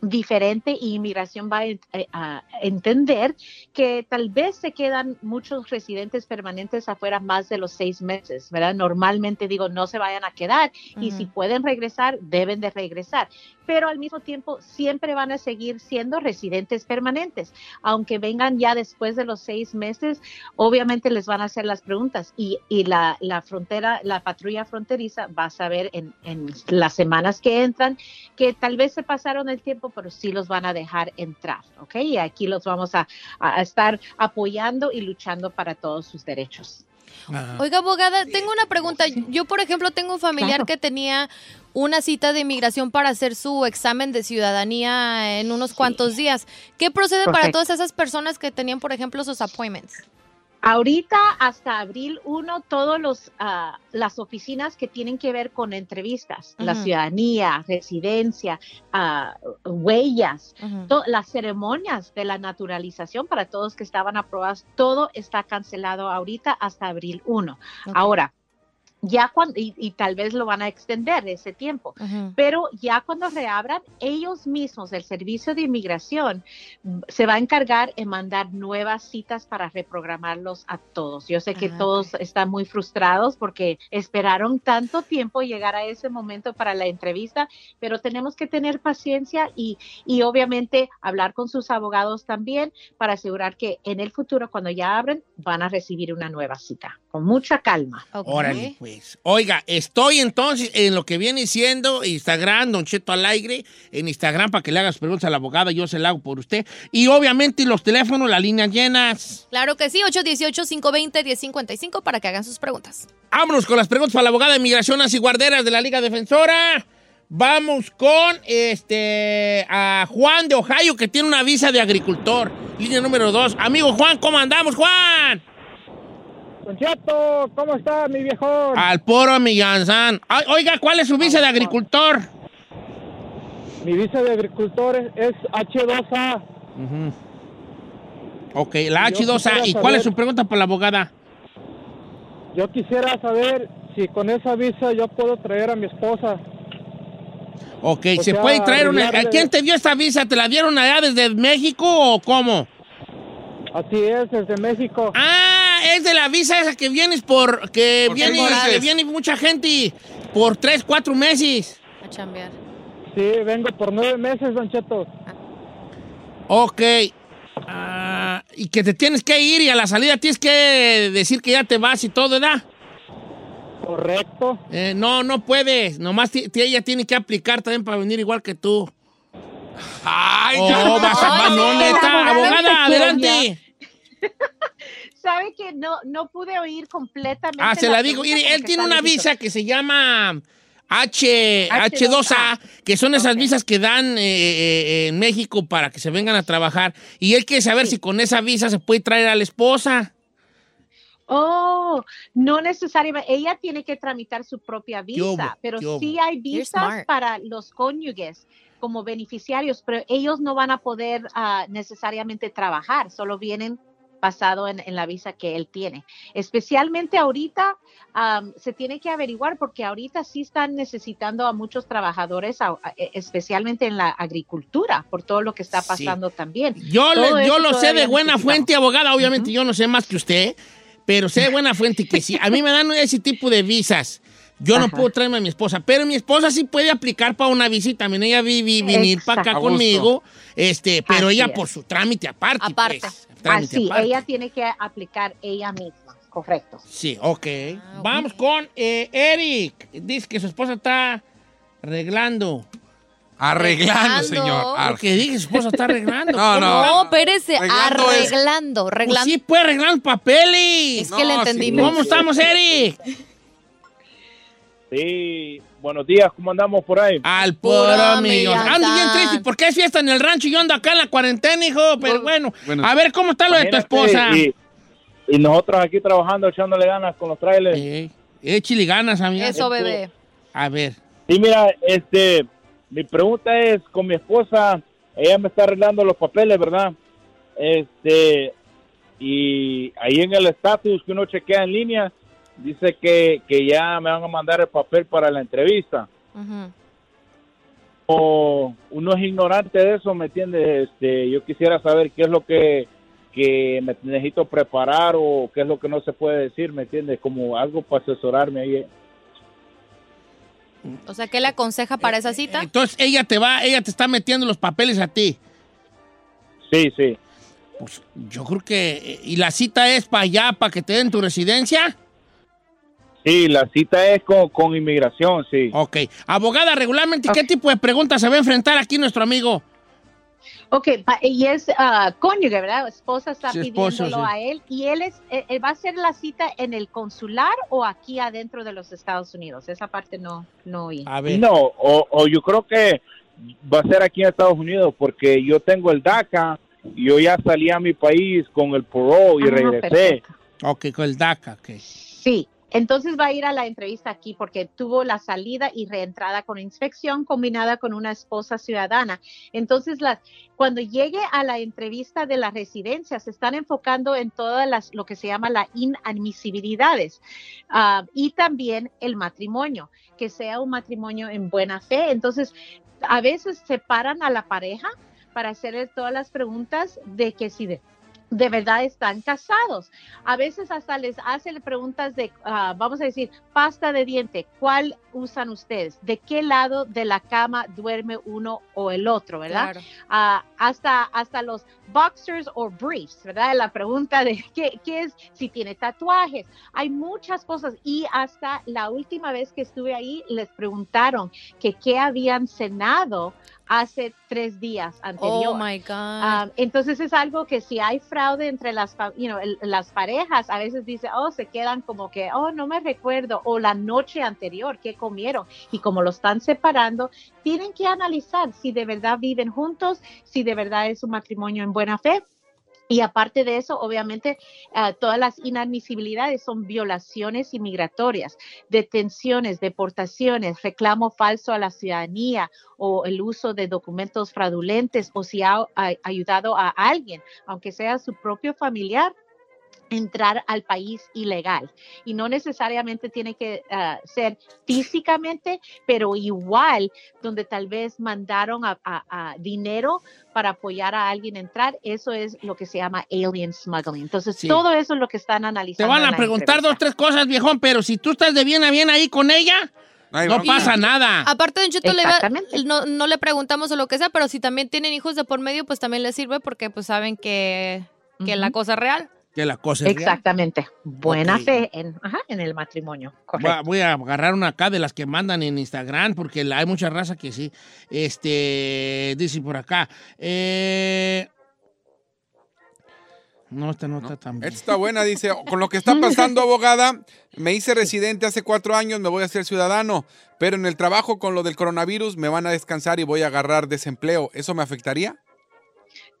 M: diferente y inmigración va a, en- a- a entender que tal vez se quedan muchos residentes permanentes afuera más de los seis meses, ¿verdad? Normalmente digo, no se vayan a quedar y si
D: Ujú.
M: pueden regresar, deben de regresar, pero al mismo tiempo siempre van a seguir siendo residentes permanentes, aunque vengan ya después de los seis meses, obviamente les van a hacer las preguntas y, y la, la frontera, la patrulla fronteriza va a saber en, en las semanas que entran que tal vez se pasaron el tiempo, pero sí los van a dejar entrar, ¿ok? Y aquí los vamos a, a- a estar apoyando y luchando para todos sus derechos.
H: Ah.
D: Oiga, abogada, tengo una pregunta. Yo, por ejemplo, tengo un familiar
M: Claro.
D: que tenía una cita de inmigración para hacer su examen de ciudadanía en unos cuantos días. ¿Qué procede para
M: Correcto.
D: todas esas personas que tenían, por ejemplo, sus appointments?
M: Ahorita hasta abril 1, todas ah, las oficinas que tienen que ver con entrevistas, la
D: Ujú.
M: ciudadanía, residencia, ah, huellas,
D: Ujú.
M: to- las ceremonias de la naturalización para todos que estaban aprobadas, todo está cancelado ahorita hasta abril 1.
D: Ok.
M: Ahora, ya cuando, y, y tal vez lo van a extender ese tiempo,
D: Ujú.
M: pero ya cuando reabran, ellos mismos, el Servicio de Inmigración, m- se va a encargar en mandar nuevas citas para reprogramarlos a todos. Yo sé que
D: Ah,
M: todos están muy frustrados porque esperaron tanto tiempo llegar a ese momento para la entrevista, pero tenemos que tener paciencia y, y obviamente hablar con sus abogados también para asegurar que en el futuro, cuando ya abren, van a recibir una nueva cita. Con mucha calma.
C: Órale, pues. Oiga, estoy entonces en lo que viene siendo Instagram, Don Cheto al aire, en Instagram para que le hagas preguntas a la abogada, yo se la hago por usted. Y obviamente los teléfonos, las líneas llenas.
D: Claro que sí, 818-520-1055 para que hagan sus preguntas.
C: Vámonos con las preguntas para la abogada de inmigración Nancy Guarderas de la Liga Defensora. Vamos con este a Juan de Ohio que tiene una visa de agricultor. Línea número 2. Amigo Juan, ¿cómo andamos, Juan?
F: Conchato, ¿cómo está mi viejo?
C: Al poro Millanzán. Ay, Oiga, ¿cuál es su visa de agricultor?
F: Mi visa de agricultor es, es H2A.
C: Ok, la
N: Yo
C: H2A.
N: quisiera
C: ¿Y cuál
N: saber-
C: es su pregunta para la abogada?
N: Yo quisiera saber si con esa visa yo puedo traer a mi esposa.
C: Ok,
N: O
C: ¿se
N: sea,
C: puede traer una...
N: arreglarle-
C: ¿a ¿Quién te dio esta visa? ¿Te la dieron allá desde México o cómo?
N: Así es, desde México.
C: Ah, es de la visa esa que vienes por... que
N: Por
C: viene,
N: seis meses.
C: que viene mucha gente y por tres, cuatro meses.
D: A chambear.
N: Sí, vengo por nueve meses, Don Cheto.
C: Ok. Ah, y que te tienes que ir y a la salida tienes que decir que ya te vas y todo, ¿verdad?
N: Correcto.
C: no, no puedes. Nomás ti- ti- ella tiene que aplicar también para venir igual que tú.
E: ¡Ay,
C: ya!
E: no.
C: vas a-
E: Ay,
C: no,
E: la
C: neta.
E: abogada
C: Abogada,
E: me
C: adelante.
M: Sabe que no, no pude oír completamente.
C: Ah, se la digo. Mire,
M: pregunta
C: él
M: porque
C: tiene
M: está
C: una
M: lejito.
C: visa que se llama H, H2A, que son esas visas que dan eh, eh, eh, en México para que se vengan a trabajar. Y él quiere saber si con esa visa se puede traer a la esposa.
M: Oh, no necesariamente. Ella tiene que tramitar su propia visa,
C: hubo?
M: pero
C: ¿Qué hubo?
M: sí hay
C: You're
M: visas
C: smart.
M: para los cónyuges como beneficiarios, pero ellos no van a poder ah, necesariamente trabajar, solo vienen basado en, en la visa que él tiene. Especialmente ahorita am, se tiene que averiguar porque ahorita sí están necesitando a muchos trabajadores, a- a- especialmente en la agricultura, por todo lo que está pasando también.
C: Yo, le-
M: Todo
C: yo
M: eso
C: lo sé
M: todavía
C: de buena
M: necesitamos.
C: fuente, abogada. Obviamente yo no sé más que usted, pero sé de buena fuente que sí. A mí me dan ese tipo de visas. Yo no puedo traerme a mi esposa, pero mi esposa sí puede aplicar para una visa y también ella vi, vi- venir para acá
M: Exacto. A gusto.
C: conmigo, este, pero
M: Así
C: ella
M: es.
C: por su trámite aparte.
M: Aparte.
C: pues, trámite
M: Así,
C: aparte.
M: ella tiene que aplicar ella misma, correcto. Ah,
C: Sí, ok. Vamos con eh, Eric. Dice que su esposa está arreglando.
E: Arreglando, señor. Ar-
C: Porque dije, su esposa está arreglando.
E: No,
C: ¿Cómo
E: no.
C: va?
D: No, espérese,
C: Arreglando es-
D: arreglando,
C: Pues
D: arreglando.
C: sí, puede arreglar los papeles.
D: Es que le entendimos.
C: ¿Cómo estamos, Eric?
F: Sí, buenos días, ¿cómo andamos por ahí?
C: Al Puro millón. Ando bien triste porque es fiesta en el rancho y yo ando acá en la cuarentena, hijo. Pero bueno,
F: Pues, bueno.
C: a ver cómo está lo de tu
F: Imagínate,
C: esposa.
F: y- Y nosotros aquí trabajando, echándole ganas con los trailers.
C: Échale ganas, amigo.
D: Eso, bebé.
C: A ver.
F: Sí, mira, este, mi pregunta es, con mi esposa, ella me está arreglando los papeles, ¿verdad? Este, y ahí en el estatus que uno chequea en línea, dice que, que ya me van a mandar el papel para la entrevista. o uno es ignorante de eso, ¿me entiendes? Este, yo quisiera saber qué es lo que, que me necesito preparar o qué es lo que no se puede decir, ¿me entiendes? Como algo para asesorarme ahí.
D: O sea, ¿qué le aconseja para esa cita?
C: Entonces ella te va, ella te está metiendo los papeles a ti.
F: Sí, sí.
C: Pues yo creo que. eh, ¿Y la cita es para allá, para que te den tu residencia?
F: Sí, la cita es con, con inmigración, sí.
C: Ok. Abogada, regularmente, ¿qué tipo de preguntas se va a enfrentar aquí nuestro amigo?
M: Ok, pa- y es ah, cónyuge, ¿verdad? Esposa está
C: Sí, esposo,
M: pidiéndolo
C: sí.
M: a él. ¿Y él es, eh, eh, va a hacer la cita en el consular o aquí adentro de los Estados Unidos? Esa parte no, no oí.
F: No, o, o yo creo que va a ser aquí en Estados Unidos porque yo tengo el DACA y yo ya salí a mi país con el parole y
M: Ah,
F: regresé.
M: perfecto.
C: Ok, con el DACA, ok.
M: Sí, entonces va a ir a la entrevista aquí porque tuvo la salida y reentrada con inspección combinada con una esposa ciudadana. Entonces, las, cuando llegue a la entrevista de la residencia, se están enfocando en todas las, lo que se llama la inadmisibilidades ah, y también el matrimonio, que sea un matrimonio en buena fe. Entonces, a veces separan a la pareja para hacerle todas las preguntas de que si de, de verdad están casados. A veces hasta les hacen preguntas de, ah, vamos a decir, pasta de diente, ¿cuál usan ustedes? ¿De qué lado de la cama duerme uno o el otro, verdad?
D: Claro.
M: Ah, hasta, hasta los boxers o briefs, ¿verdad? La pregunta de ¿qué, qué es, si tiene tatuajes. Hay muchas cosas y hasta la última vez que estuve ahí les preguntaron que qué habían cenado hace tres días anterior.
D: Oh, my God.
M: Um, entonces es algo que si hay fraude entre las, fa- you know, el- las parejas, a veces dice, oh, se quedan como que, oh, no me recuerdo, o la noche anterior, ¿qué comieron? Y como lo están separando, tienen que analizar si de verdad viven juntos, si de verdad es un matrimonio en buena fe. Y aparte de eso, obviamente, ah, todas las inadmisibilidades son violaciones inmigratorias, detenciones, deportaciones, reclamo falso a la ciudadanía o el uso de documentos fraudulentos o si ha ha ayudado a alguien, aunque sea su propio familiar, entrar al país ilegal. Y no necesariamente tiene que ah, ser físicamente, pero igual donde tal vez mandaron a, a- a dinero para apoyar a alguien a entrar, eso es lo que se llama alien smuggling. Entonces,
C: Sí.
M: todo eso es lo que están
C: Te
M: analizando.
C: van
M: en
C: a
M: la
C: preguntar dos, tres cosas, viejón, pero si tú estás de bien a bien ahí con ella, no
D: vamos.
C: pasa nada.
D: Aparte, Don Cheto, le va- no, no le preguntamos o lo que sea, pero si también tienen hijos de por medio, pues también les sirve porque pues saben que, que la cosa es real.
C: Que la cosa es real.
M: Exactamente. Buena
C: Ok.
M: fe en, ajá, en el matrimonio.
C: Voy a- Voy a agarrar una acá de las que mandan en Instagram, porque la- hay mucha raza que sí. Este, dice por acá. eh, no, esta no, está tan bien.
E: Esta está buena, dice, con lo que está pasando, abogada, me hice residente hace cuatro años, me voy a ser ciudadano, pero en el trabajo con lo del coronavirus me van a descansar y voy a agarrar desempleo. ¿Eso me afectaría?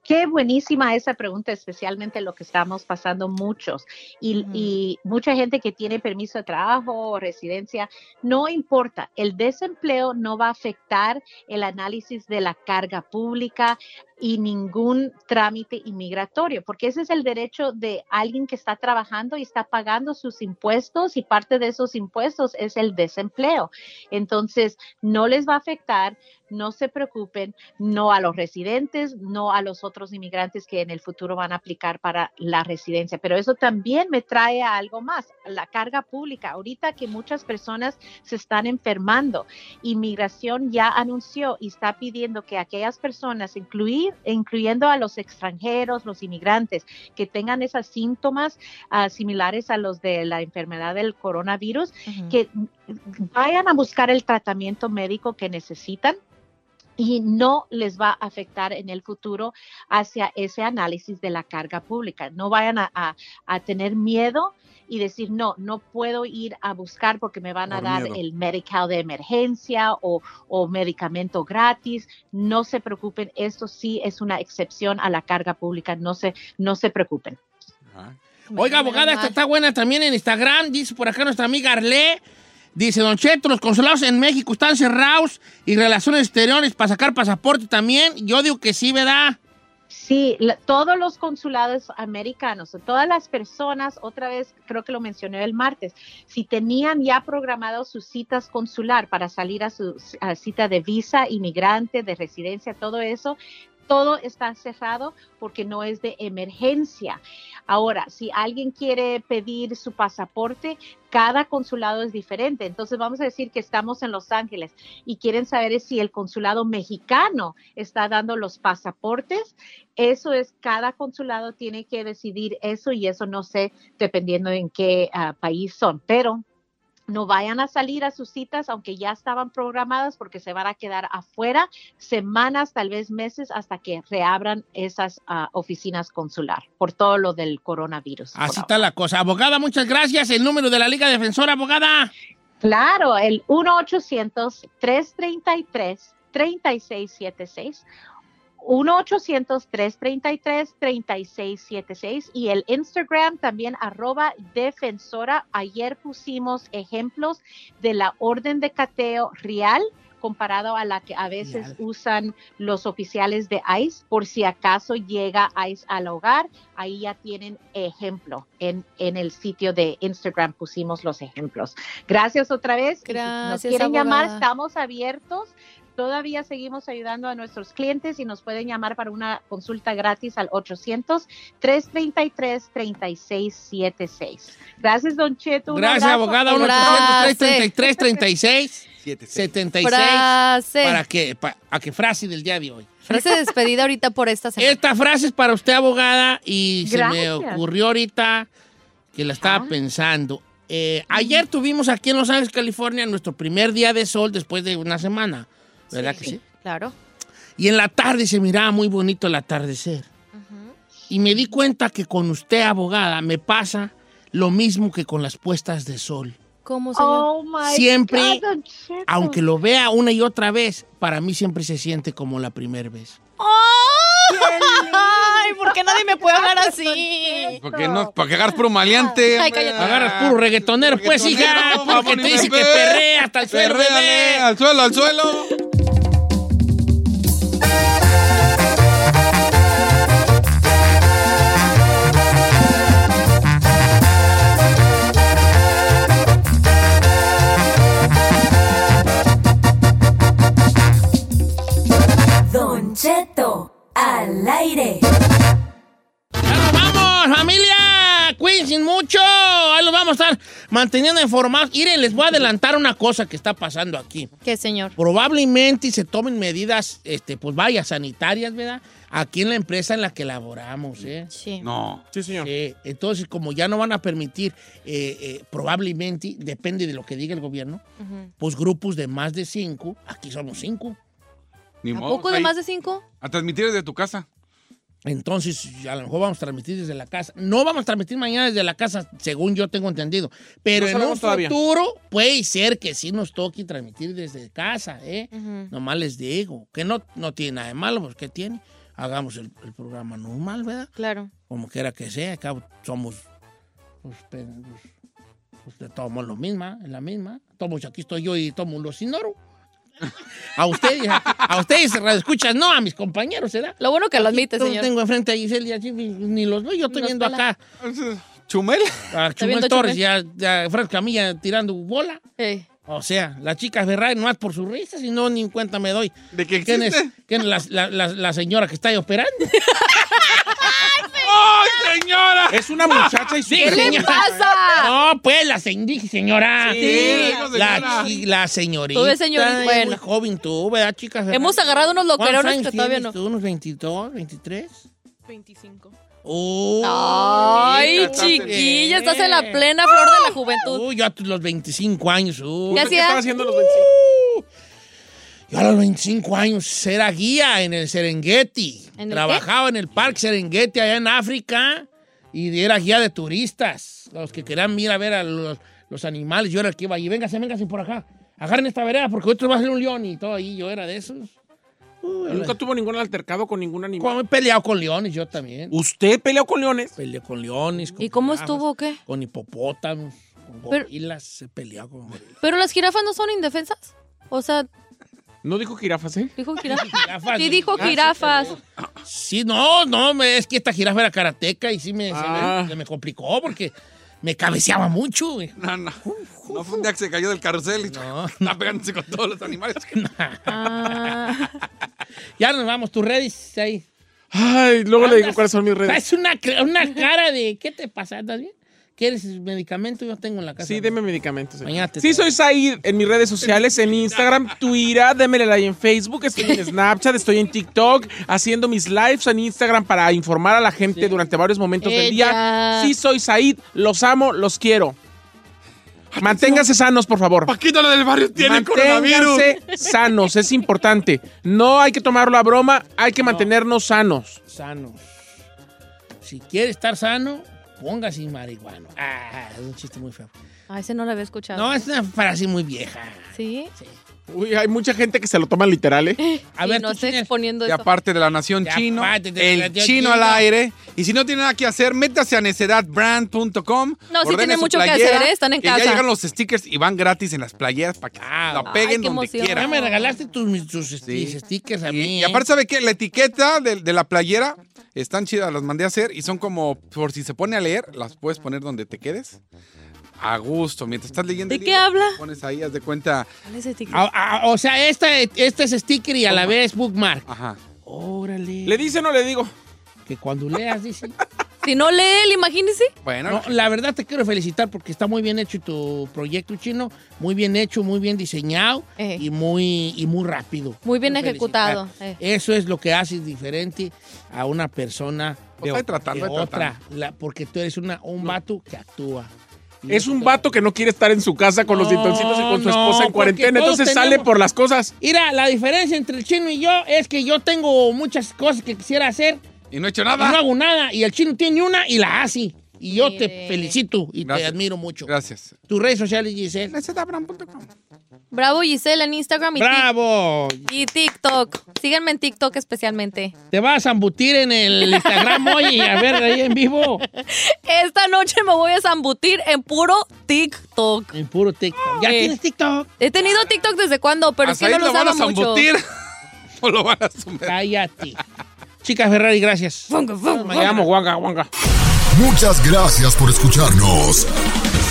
M: Qué buenísima esa pregunta, especialmente lo que estamos pasando muchos y, y mucha gente que tiene permiso de trabajo o residencia, no importa, el desempleo no va a afectar el análisis de la carga pública y ningún trámite inmigratorio, porque ese es el derecho de alguien que está trabajando y está pagando sus impuestos y parte de esos impuestos es el desempleo. Entonces, no les va a afectar, no se preocupen, no a los residentes, no a los otros inmigrantes que en el futuro van a aplicar para la residencia. Pero eso también me trae a algo más, la carga pública. Ahorita que muchas personas se están enfermando, inmigración ya anunció y está pidiendo que aquellas personas, incluir, incluyendo a los extranjeros, los inmigrantes, que tengan esos síntomas ah, similares a los de la enfermedad del coronavirus, que vayan a buscar el tratamiento médico que necesitan y no les va a afectar en el futuro hacia ese análisis de la carga pública. No vayan a, a- a tener miedo y decir, no, no puedo ir a buscar porque me van a
O: Por
M: dar
O: miedo.
M: el medical de emergencia o, o medicamento gratis. No se preocupen, esto sí es una excepción a la carga pública, no se, no se preocupen.
C: Oiga, abogada, esta está buena también en Instagram. Dice por acá nuestra amiga Arlé. Dice, Don Cheto, los consulados en México están cerrados y relaciones exteriores para sacar pasaporte también. Yo digo que sí, ¿verdad?
M: Sí, la- todos los consulados americanos, todas las personas, otra vez creo que lo mencioné el martes, si tenían ya programado sus citas consular para salir a su a cita de visa, inmigrante, de residencia, todo eso, todo está cerrado porque no es de emergencia. Ahora, si alguien quiere pedir su pasaporte, cada consulado es diferente. Entonces vamos a decir que estamos en Los Ángeles y quieren saber es si el consulado mexicano está dando los pasaportes. Eso es, cada consulado tiene que decidir eso y eso no sé dependiendo en qué ah, país son. Pero no vayan a salir a sus citas, aunque ya estaban programadas, porque se van a quedar afuera semanas, tal vez meses, hasta que reabran esas ah, oficinas consular por todo lo del coronavirus. por
C: Así está la cosa. Abogada, muchas gracias. El número de la Liga Defensora, abogada.
M: Claro, el 1-800-333-3676. 1-800-333-3676 y el Instagram también arroba defensora. Ayer pusimos ejemplos de la orden de cateo real comparado a la que a veces usan los oficiales de ICE por si acaso llega ICE al hogar. Ahí ya tienen ejemplo. En, en el sitio de Instagram pusimos los ejemplos. Gracias otra vez. Y si nos
D: Gracias,
M: quieren llamar,
D: abogada.
M: estamos abiertos. Todavía seguimos ayudando a nuestros clientes y nos pueden llamar para una consulta gratis al 800-333-3676. Gracias, Don Cheto. un
C: Gracias,
M: abrazo.
C: abogada.
M: El
C: 1
M: abrazo.
C: 33 36 76
D: Frase.
C: para que pa- a que frase del día de hoy.
D: Frase de despedida ahorita por esta semana.
C: Esta frase es para usted, abogada, y se me
D: Gracias.
C: ocurrió ahorita que la estaba pensando. Eh, ayer tuvimos aquí en Los Ángeles, California, nuestro primer día de sol después de una semana, ¿verdad que sí?
D: Claro.
C: Y en la tarde se miraba muy bonito el atardecer. Y me di cuenta que con usted, abogada, me pasa lo mismo que con las puestas de sol.
D: ¿Cómo se
M: Oh, my
C: Siempre,
D: ah,
M: God, Don Cheto.
C: Aunque lo vea una y otra vez, para mí siempre se siente como la primera vez.
D: Ay, ¿por qué nadie nadie ¡Oh! me puede hablar así.
E: Porque no, para que agarras puro maleante.
D: Ay, cállate.
C: Agarras
E: Ah,
C: puro reggaetonero, pues, hija, porque te dice
E: pues.
C: que perrea hasta el suelo, bebé.
E: Al suelo, al suelo.
H: Don Cheto al aire.
C: ¡Vamos, familia! Queen sin mucho. Ahí los vamos a estar manteniendo informados. Miren, les voy a adelantar una cosa que está pasando aquí.
D: ¿Qué, señor?
C: Probablemente se tomen medidas, este, pues vaya, sanitarias, ¿verdad? Aquí en la empresa en la que laboramos, ¿eh?
D: Sí.
E: No.
C: Sí, señor. entonces, como ya no van a permitir, eh, eh, probablemente, depende de lo que diga el gobierno,
D: Ujú.
C: pues grupos de más de cinco, aquí somos cinco.
E: Ni
D: ¿A
E: modo.
D: poco de
E: ahí.
D: más de cinco?
E: A transmitir desde tu casa.
C: Entonces, a lo mejor vamos a transmitir desde la casa. No vamos a transmitir mañana desde la casa, según yo tengo entendido. Pero
G: No
C: en
G: sabemos
C: un
G: todavía.
C: futuro puede ser que sí nos toque transmitir desde casa, ¿eh?
D: Ujú.
C: Nomás les digo, que no, no tiene nada de malo, pues ¿qué tiene? Hagamos el, el programa normal, ¿verdad?
D: Claro.
C: Como quiera que sea, al cabo somos, pues, pe- pues, pues, de todos modos lo misma, es la misma. Todos aquí estoy yo y todos los ignoro. A ustedes, a, a ustedes, escuchas, no, a mis compañeros, ¿verdad?
D: Lo bueno que lo admite,
C: Yo
D: señor.
C: tengo enfrente a Giselle y así, ni los veo, yo estoy
D: Nos
C: viendo
D: pela.
C: acá
E: Chumel.
C: a Chumel Ah,
D: viendo Eh.
C: Torres y a,
D: Chumel.
C: y a Frank Camilla tirando bola.
D: Ey.
C: O sea, la chica Ferrari no es por su risa, sino ni en cuenta me doy.
E: ¿De qué
C: ¿Quién es,
E: existe?
C: quién es la, la- la- la señora que está ahí operando?
E: ¡Ay, señora!
G: Es una muchacha y su
C: Sí, señora.
D: pasa?
C: No, pues la se- dije, señora.
E: Sí, dijo
C: la,
E: señora.
C: chi- la señorita.
D: Todo es señorita.
C: Ay,
D: Bueno.
C: Muy joven tú, ¿verdad, chica Ferrari?
D: Hemos agarrado unos
C: ¿Cuántos
D: loquerones
C: años
D: que todavía no.
C: tienes tú? ¿Unos 22, 23?
J: 25.
C: Oh,
D: Ay,
C: mira,
D: chiquilla,
C: bien.
D: estás en la plena flor de la juventud.
C: Uy, yo a los 25 años. uy.
D: ¿Qué
G: ¿Qué están
D: hacía?
G: haciendo los 25?
C: Yo a los 25 años era guía en el Serengeti.
D: ¿En el qué?
C: Trabajaba en el Parque Serengeti allá en África y era guía de turistas. Los que querían ir a ver a los, los animales, yo era el que iba allí. Véngase, véngase por acá. Agarren esta vereda porque otro va a ser un león y todo ahí. Yo era de esos. Uy,
G: Nunca tuvo ningún altercado con ningún animal.
C: he peleado con leones, yo también.
G: ¿Usted peleó con leones?
C: Peleé con leones. con
D: ¿Y cómo
C: jirafas,
D: estuvo o qué?
C: Con hipopótamos, con
D: Pero-
C: gorilas. He peleado con gorilas.
D: Pero las jirafas no son indefensas. O sea,
G: No dijo jirafas, ¿eh?
D: dijo jirafas.
C: Jirafas,
D: Sí, dijo
C: ah, sí,
D: jirafas.
C: Sí, no, no, me- es que esta jirafa era karateca y sí me, se
G: Ah.
C: me- se me complicó porque me cabeceaba mucho. güey.
E: No, no. No fue un día que se cayó del carrusel y
C: No.
E: está pegándose con todos los animales.
D: Ah,
C: Ya nos vamos, tus redes ahí.
G: Ay, luego le digo
C: Andas-
G: cuáles son mis redes.
C: Es una, cre- una cara de, ¿qué te pasa? ¿Estás bien? ¿Quieres medicamento? Yo tengo en la casa.
G: Sí, deme medicamentos. señor.
C: Mañana te
G: Sí,
C: traigo.
G: soy Said en mis redes sociales, en Instagram, Twitter, démele like en Facebook, estoy en Snapchat, estoy en TikTok, haciendo mis lives en Instagram para informar a la gente durante varios momentos del día.
D: Ella.
G: Sí, soy Said, los amo, los quiero. Manténganse sanos, por favor.
E: Paquito, lo del barrio tiene coronavirus.
G: Manténganse sanos, es importante. No hay que tomarlo a broma, hay que mantenernos sanos.
C: Sanos. Si quieres estar sano, póngase marihuana. Ah, es un chiste muy feo.
D: ah, ese no lo había escuchado.
C: No, es una frase muy vieja.
D: ¿Sí?
G: Uy, hay mucha gente que se lo toma literal, ¿eh?
C: A
D: Y
C: ver,
D: no
C: tú,
D: estoy
C: Chinel.
D: exponiendo
E: Y
D: eso.
E: aparte de la nación
C: Y
E: chino,
C: aparte de la
E: el
C: nación chino.
E: chino al aire. Y si no tiene nada que hacer, métase a necedadbrand.com.
D: No, sí
E: ordene
D: tiene
E: su
D: mucho que
E: playera,
D: hacer, ¿eh? Están en
E: que
D: casa.
E: Ya llegan los stickers y van gratis en las playeras para que
C: Ah,
E: la peguen donde
D: qué emoción.
C: Ya
E: quieran.
C: me regalaste tus, mis- tus
E: Sí.
C: stickers a
E: Y,
C: mí.
E: y
C: ¿eh?
E: aparte, ¿sabe qué? La etiqueta de, de la playera están chidas, las mandé a hacer y son como, por si se pone a leer, las puedes poner donde te quedes. A gusto, mientras estás leyendo.
D: ¿De
E: el
D: qué
E: libro,
D: habla?
E: Pones ahí, haz de cuenta.
D: ¿Cuál es ese
C: Ah, ah, o sea, esta, esta Este es sticker y a la vez bookmark.
E: Ajá.
C: Órale.
G: ¿Le dice o no le digo?
C: que cuando leas, dice.
D: Si no lee él, imagínese.
E: Bueno,
C: No, la verdad te quiero felicitar porque está muy bien hecho tu proyecto chino, muy bien hecho, muy bien diseñado
D: Eh.
C: y muy y muy rápido.
D: Muy bien
C: Quiero
D: ejecutado,
G: Ah,
C: felicitar.
D: eh.
C: Eso es lo que haces diferente a una persona de,
E: Pues hay
C: o-
E: tratar,
C: de
E: hay tratar.
C: otra, La- porque tú eres una, un vato que actúa. Y
G: Es
C: eso
G: un
C: te-
G: vato que no quiere estar en su casa con los
C: No,
G: dintoncitos y con su
C: no,
G: esposa en
C: porque
G: cuarentena,
C: todos
G: entonces
C: tenemos-
G: sale por las cosas.
C: Mira, la diferencia entre el chino y yo es que yo tengo muchas cosas que quisiera hacer
E: y no he hecho
C: y no
E: nada.
C: hago nada. Y el chino tiene una y la hace. Y yo te
D: Mire.
C: felicito y te
E: Gracias.
C: admiro mucho.
E: Gracias.
C: Tus redes sociales, Giselle.
E: Necedadbrand.com.
D: Bravo Giselle en Instagram y, Tik-
C: ¡Bravo!
D: y TikTok. Síganme en TikTok especialmente.
C: Te vas a embutir en el Instagram hoy y a ver ahí en vivo.
D: Esta noche me voy a zambutir en puro TikTok. Eh,
C: En puro TikTok. ¿Ya tienes TikTok?
D: He tenido TikTok desde cuando, pero sí
C: Hasta
D: no
C: ahí
D: lo
C: lo van
D: usaba
C: a
D: mucho.
C: zambutir.
E: ¿O lo van a sumar?
C: Cállate. Chica Ferrari, gracias. Me llamo Wanga Wanga.
B: Muchas gracias por escucharnos.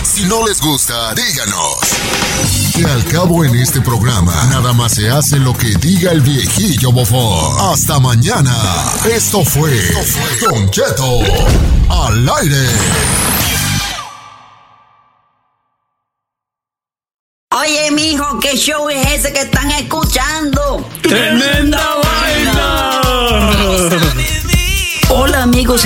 B: Si no les gusta, díganos. Que al cabo en este programa, nada más se hace lo que diga el viejillo bofón. Hasta mañana. Esto fue Don Cheto al aire.
O: Oye, mijo, ¿qué show es ese que están escuchando?
P: ¡Tremenda vaina!
O: Hola amigos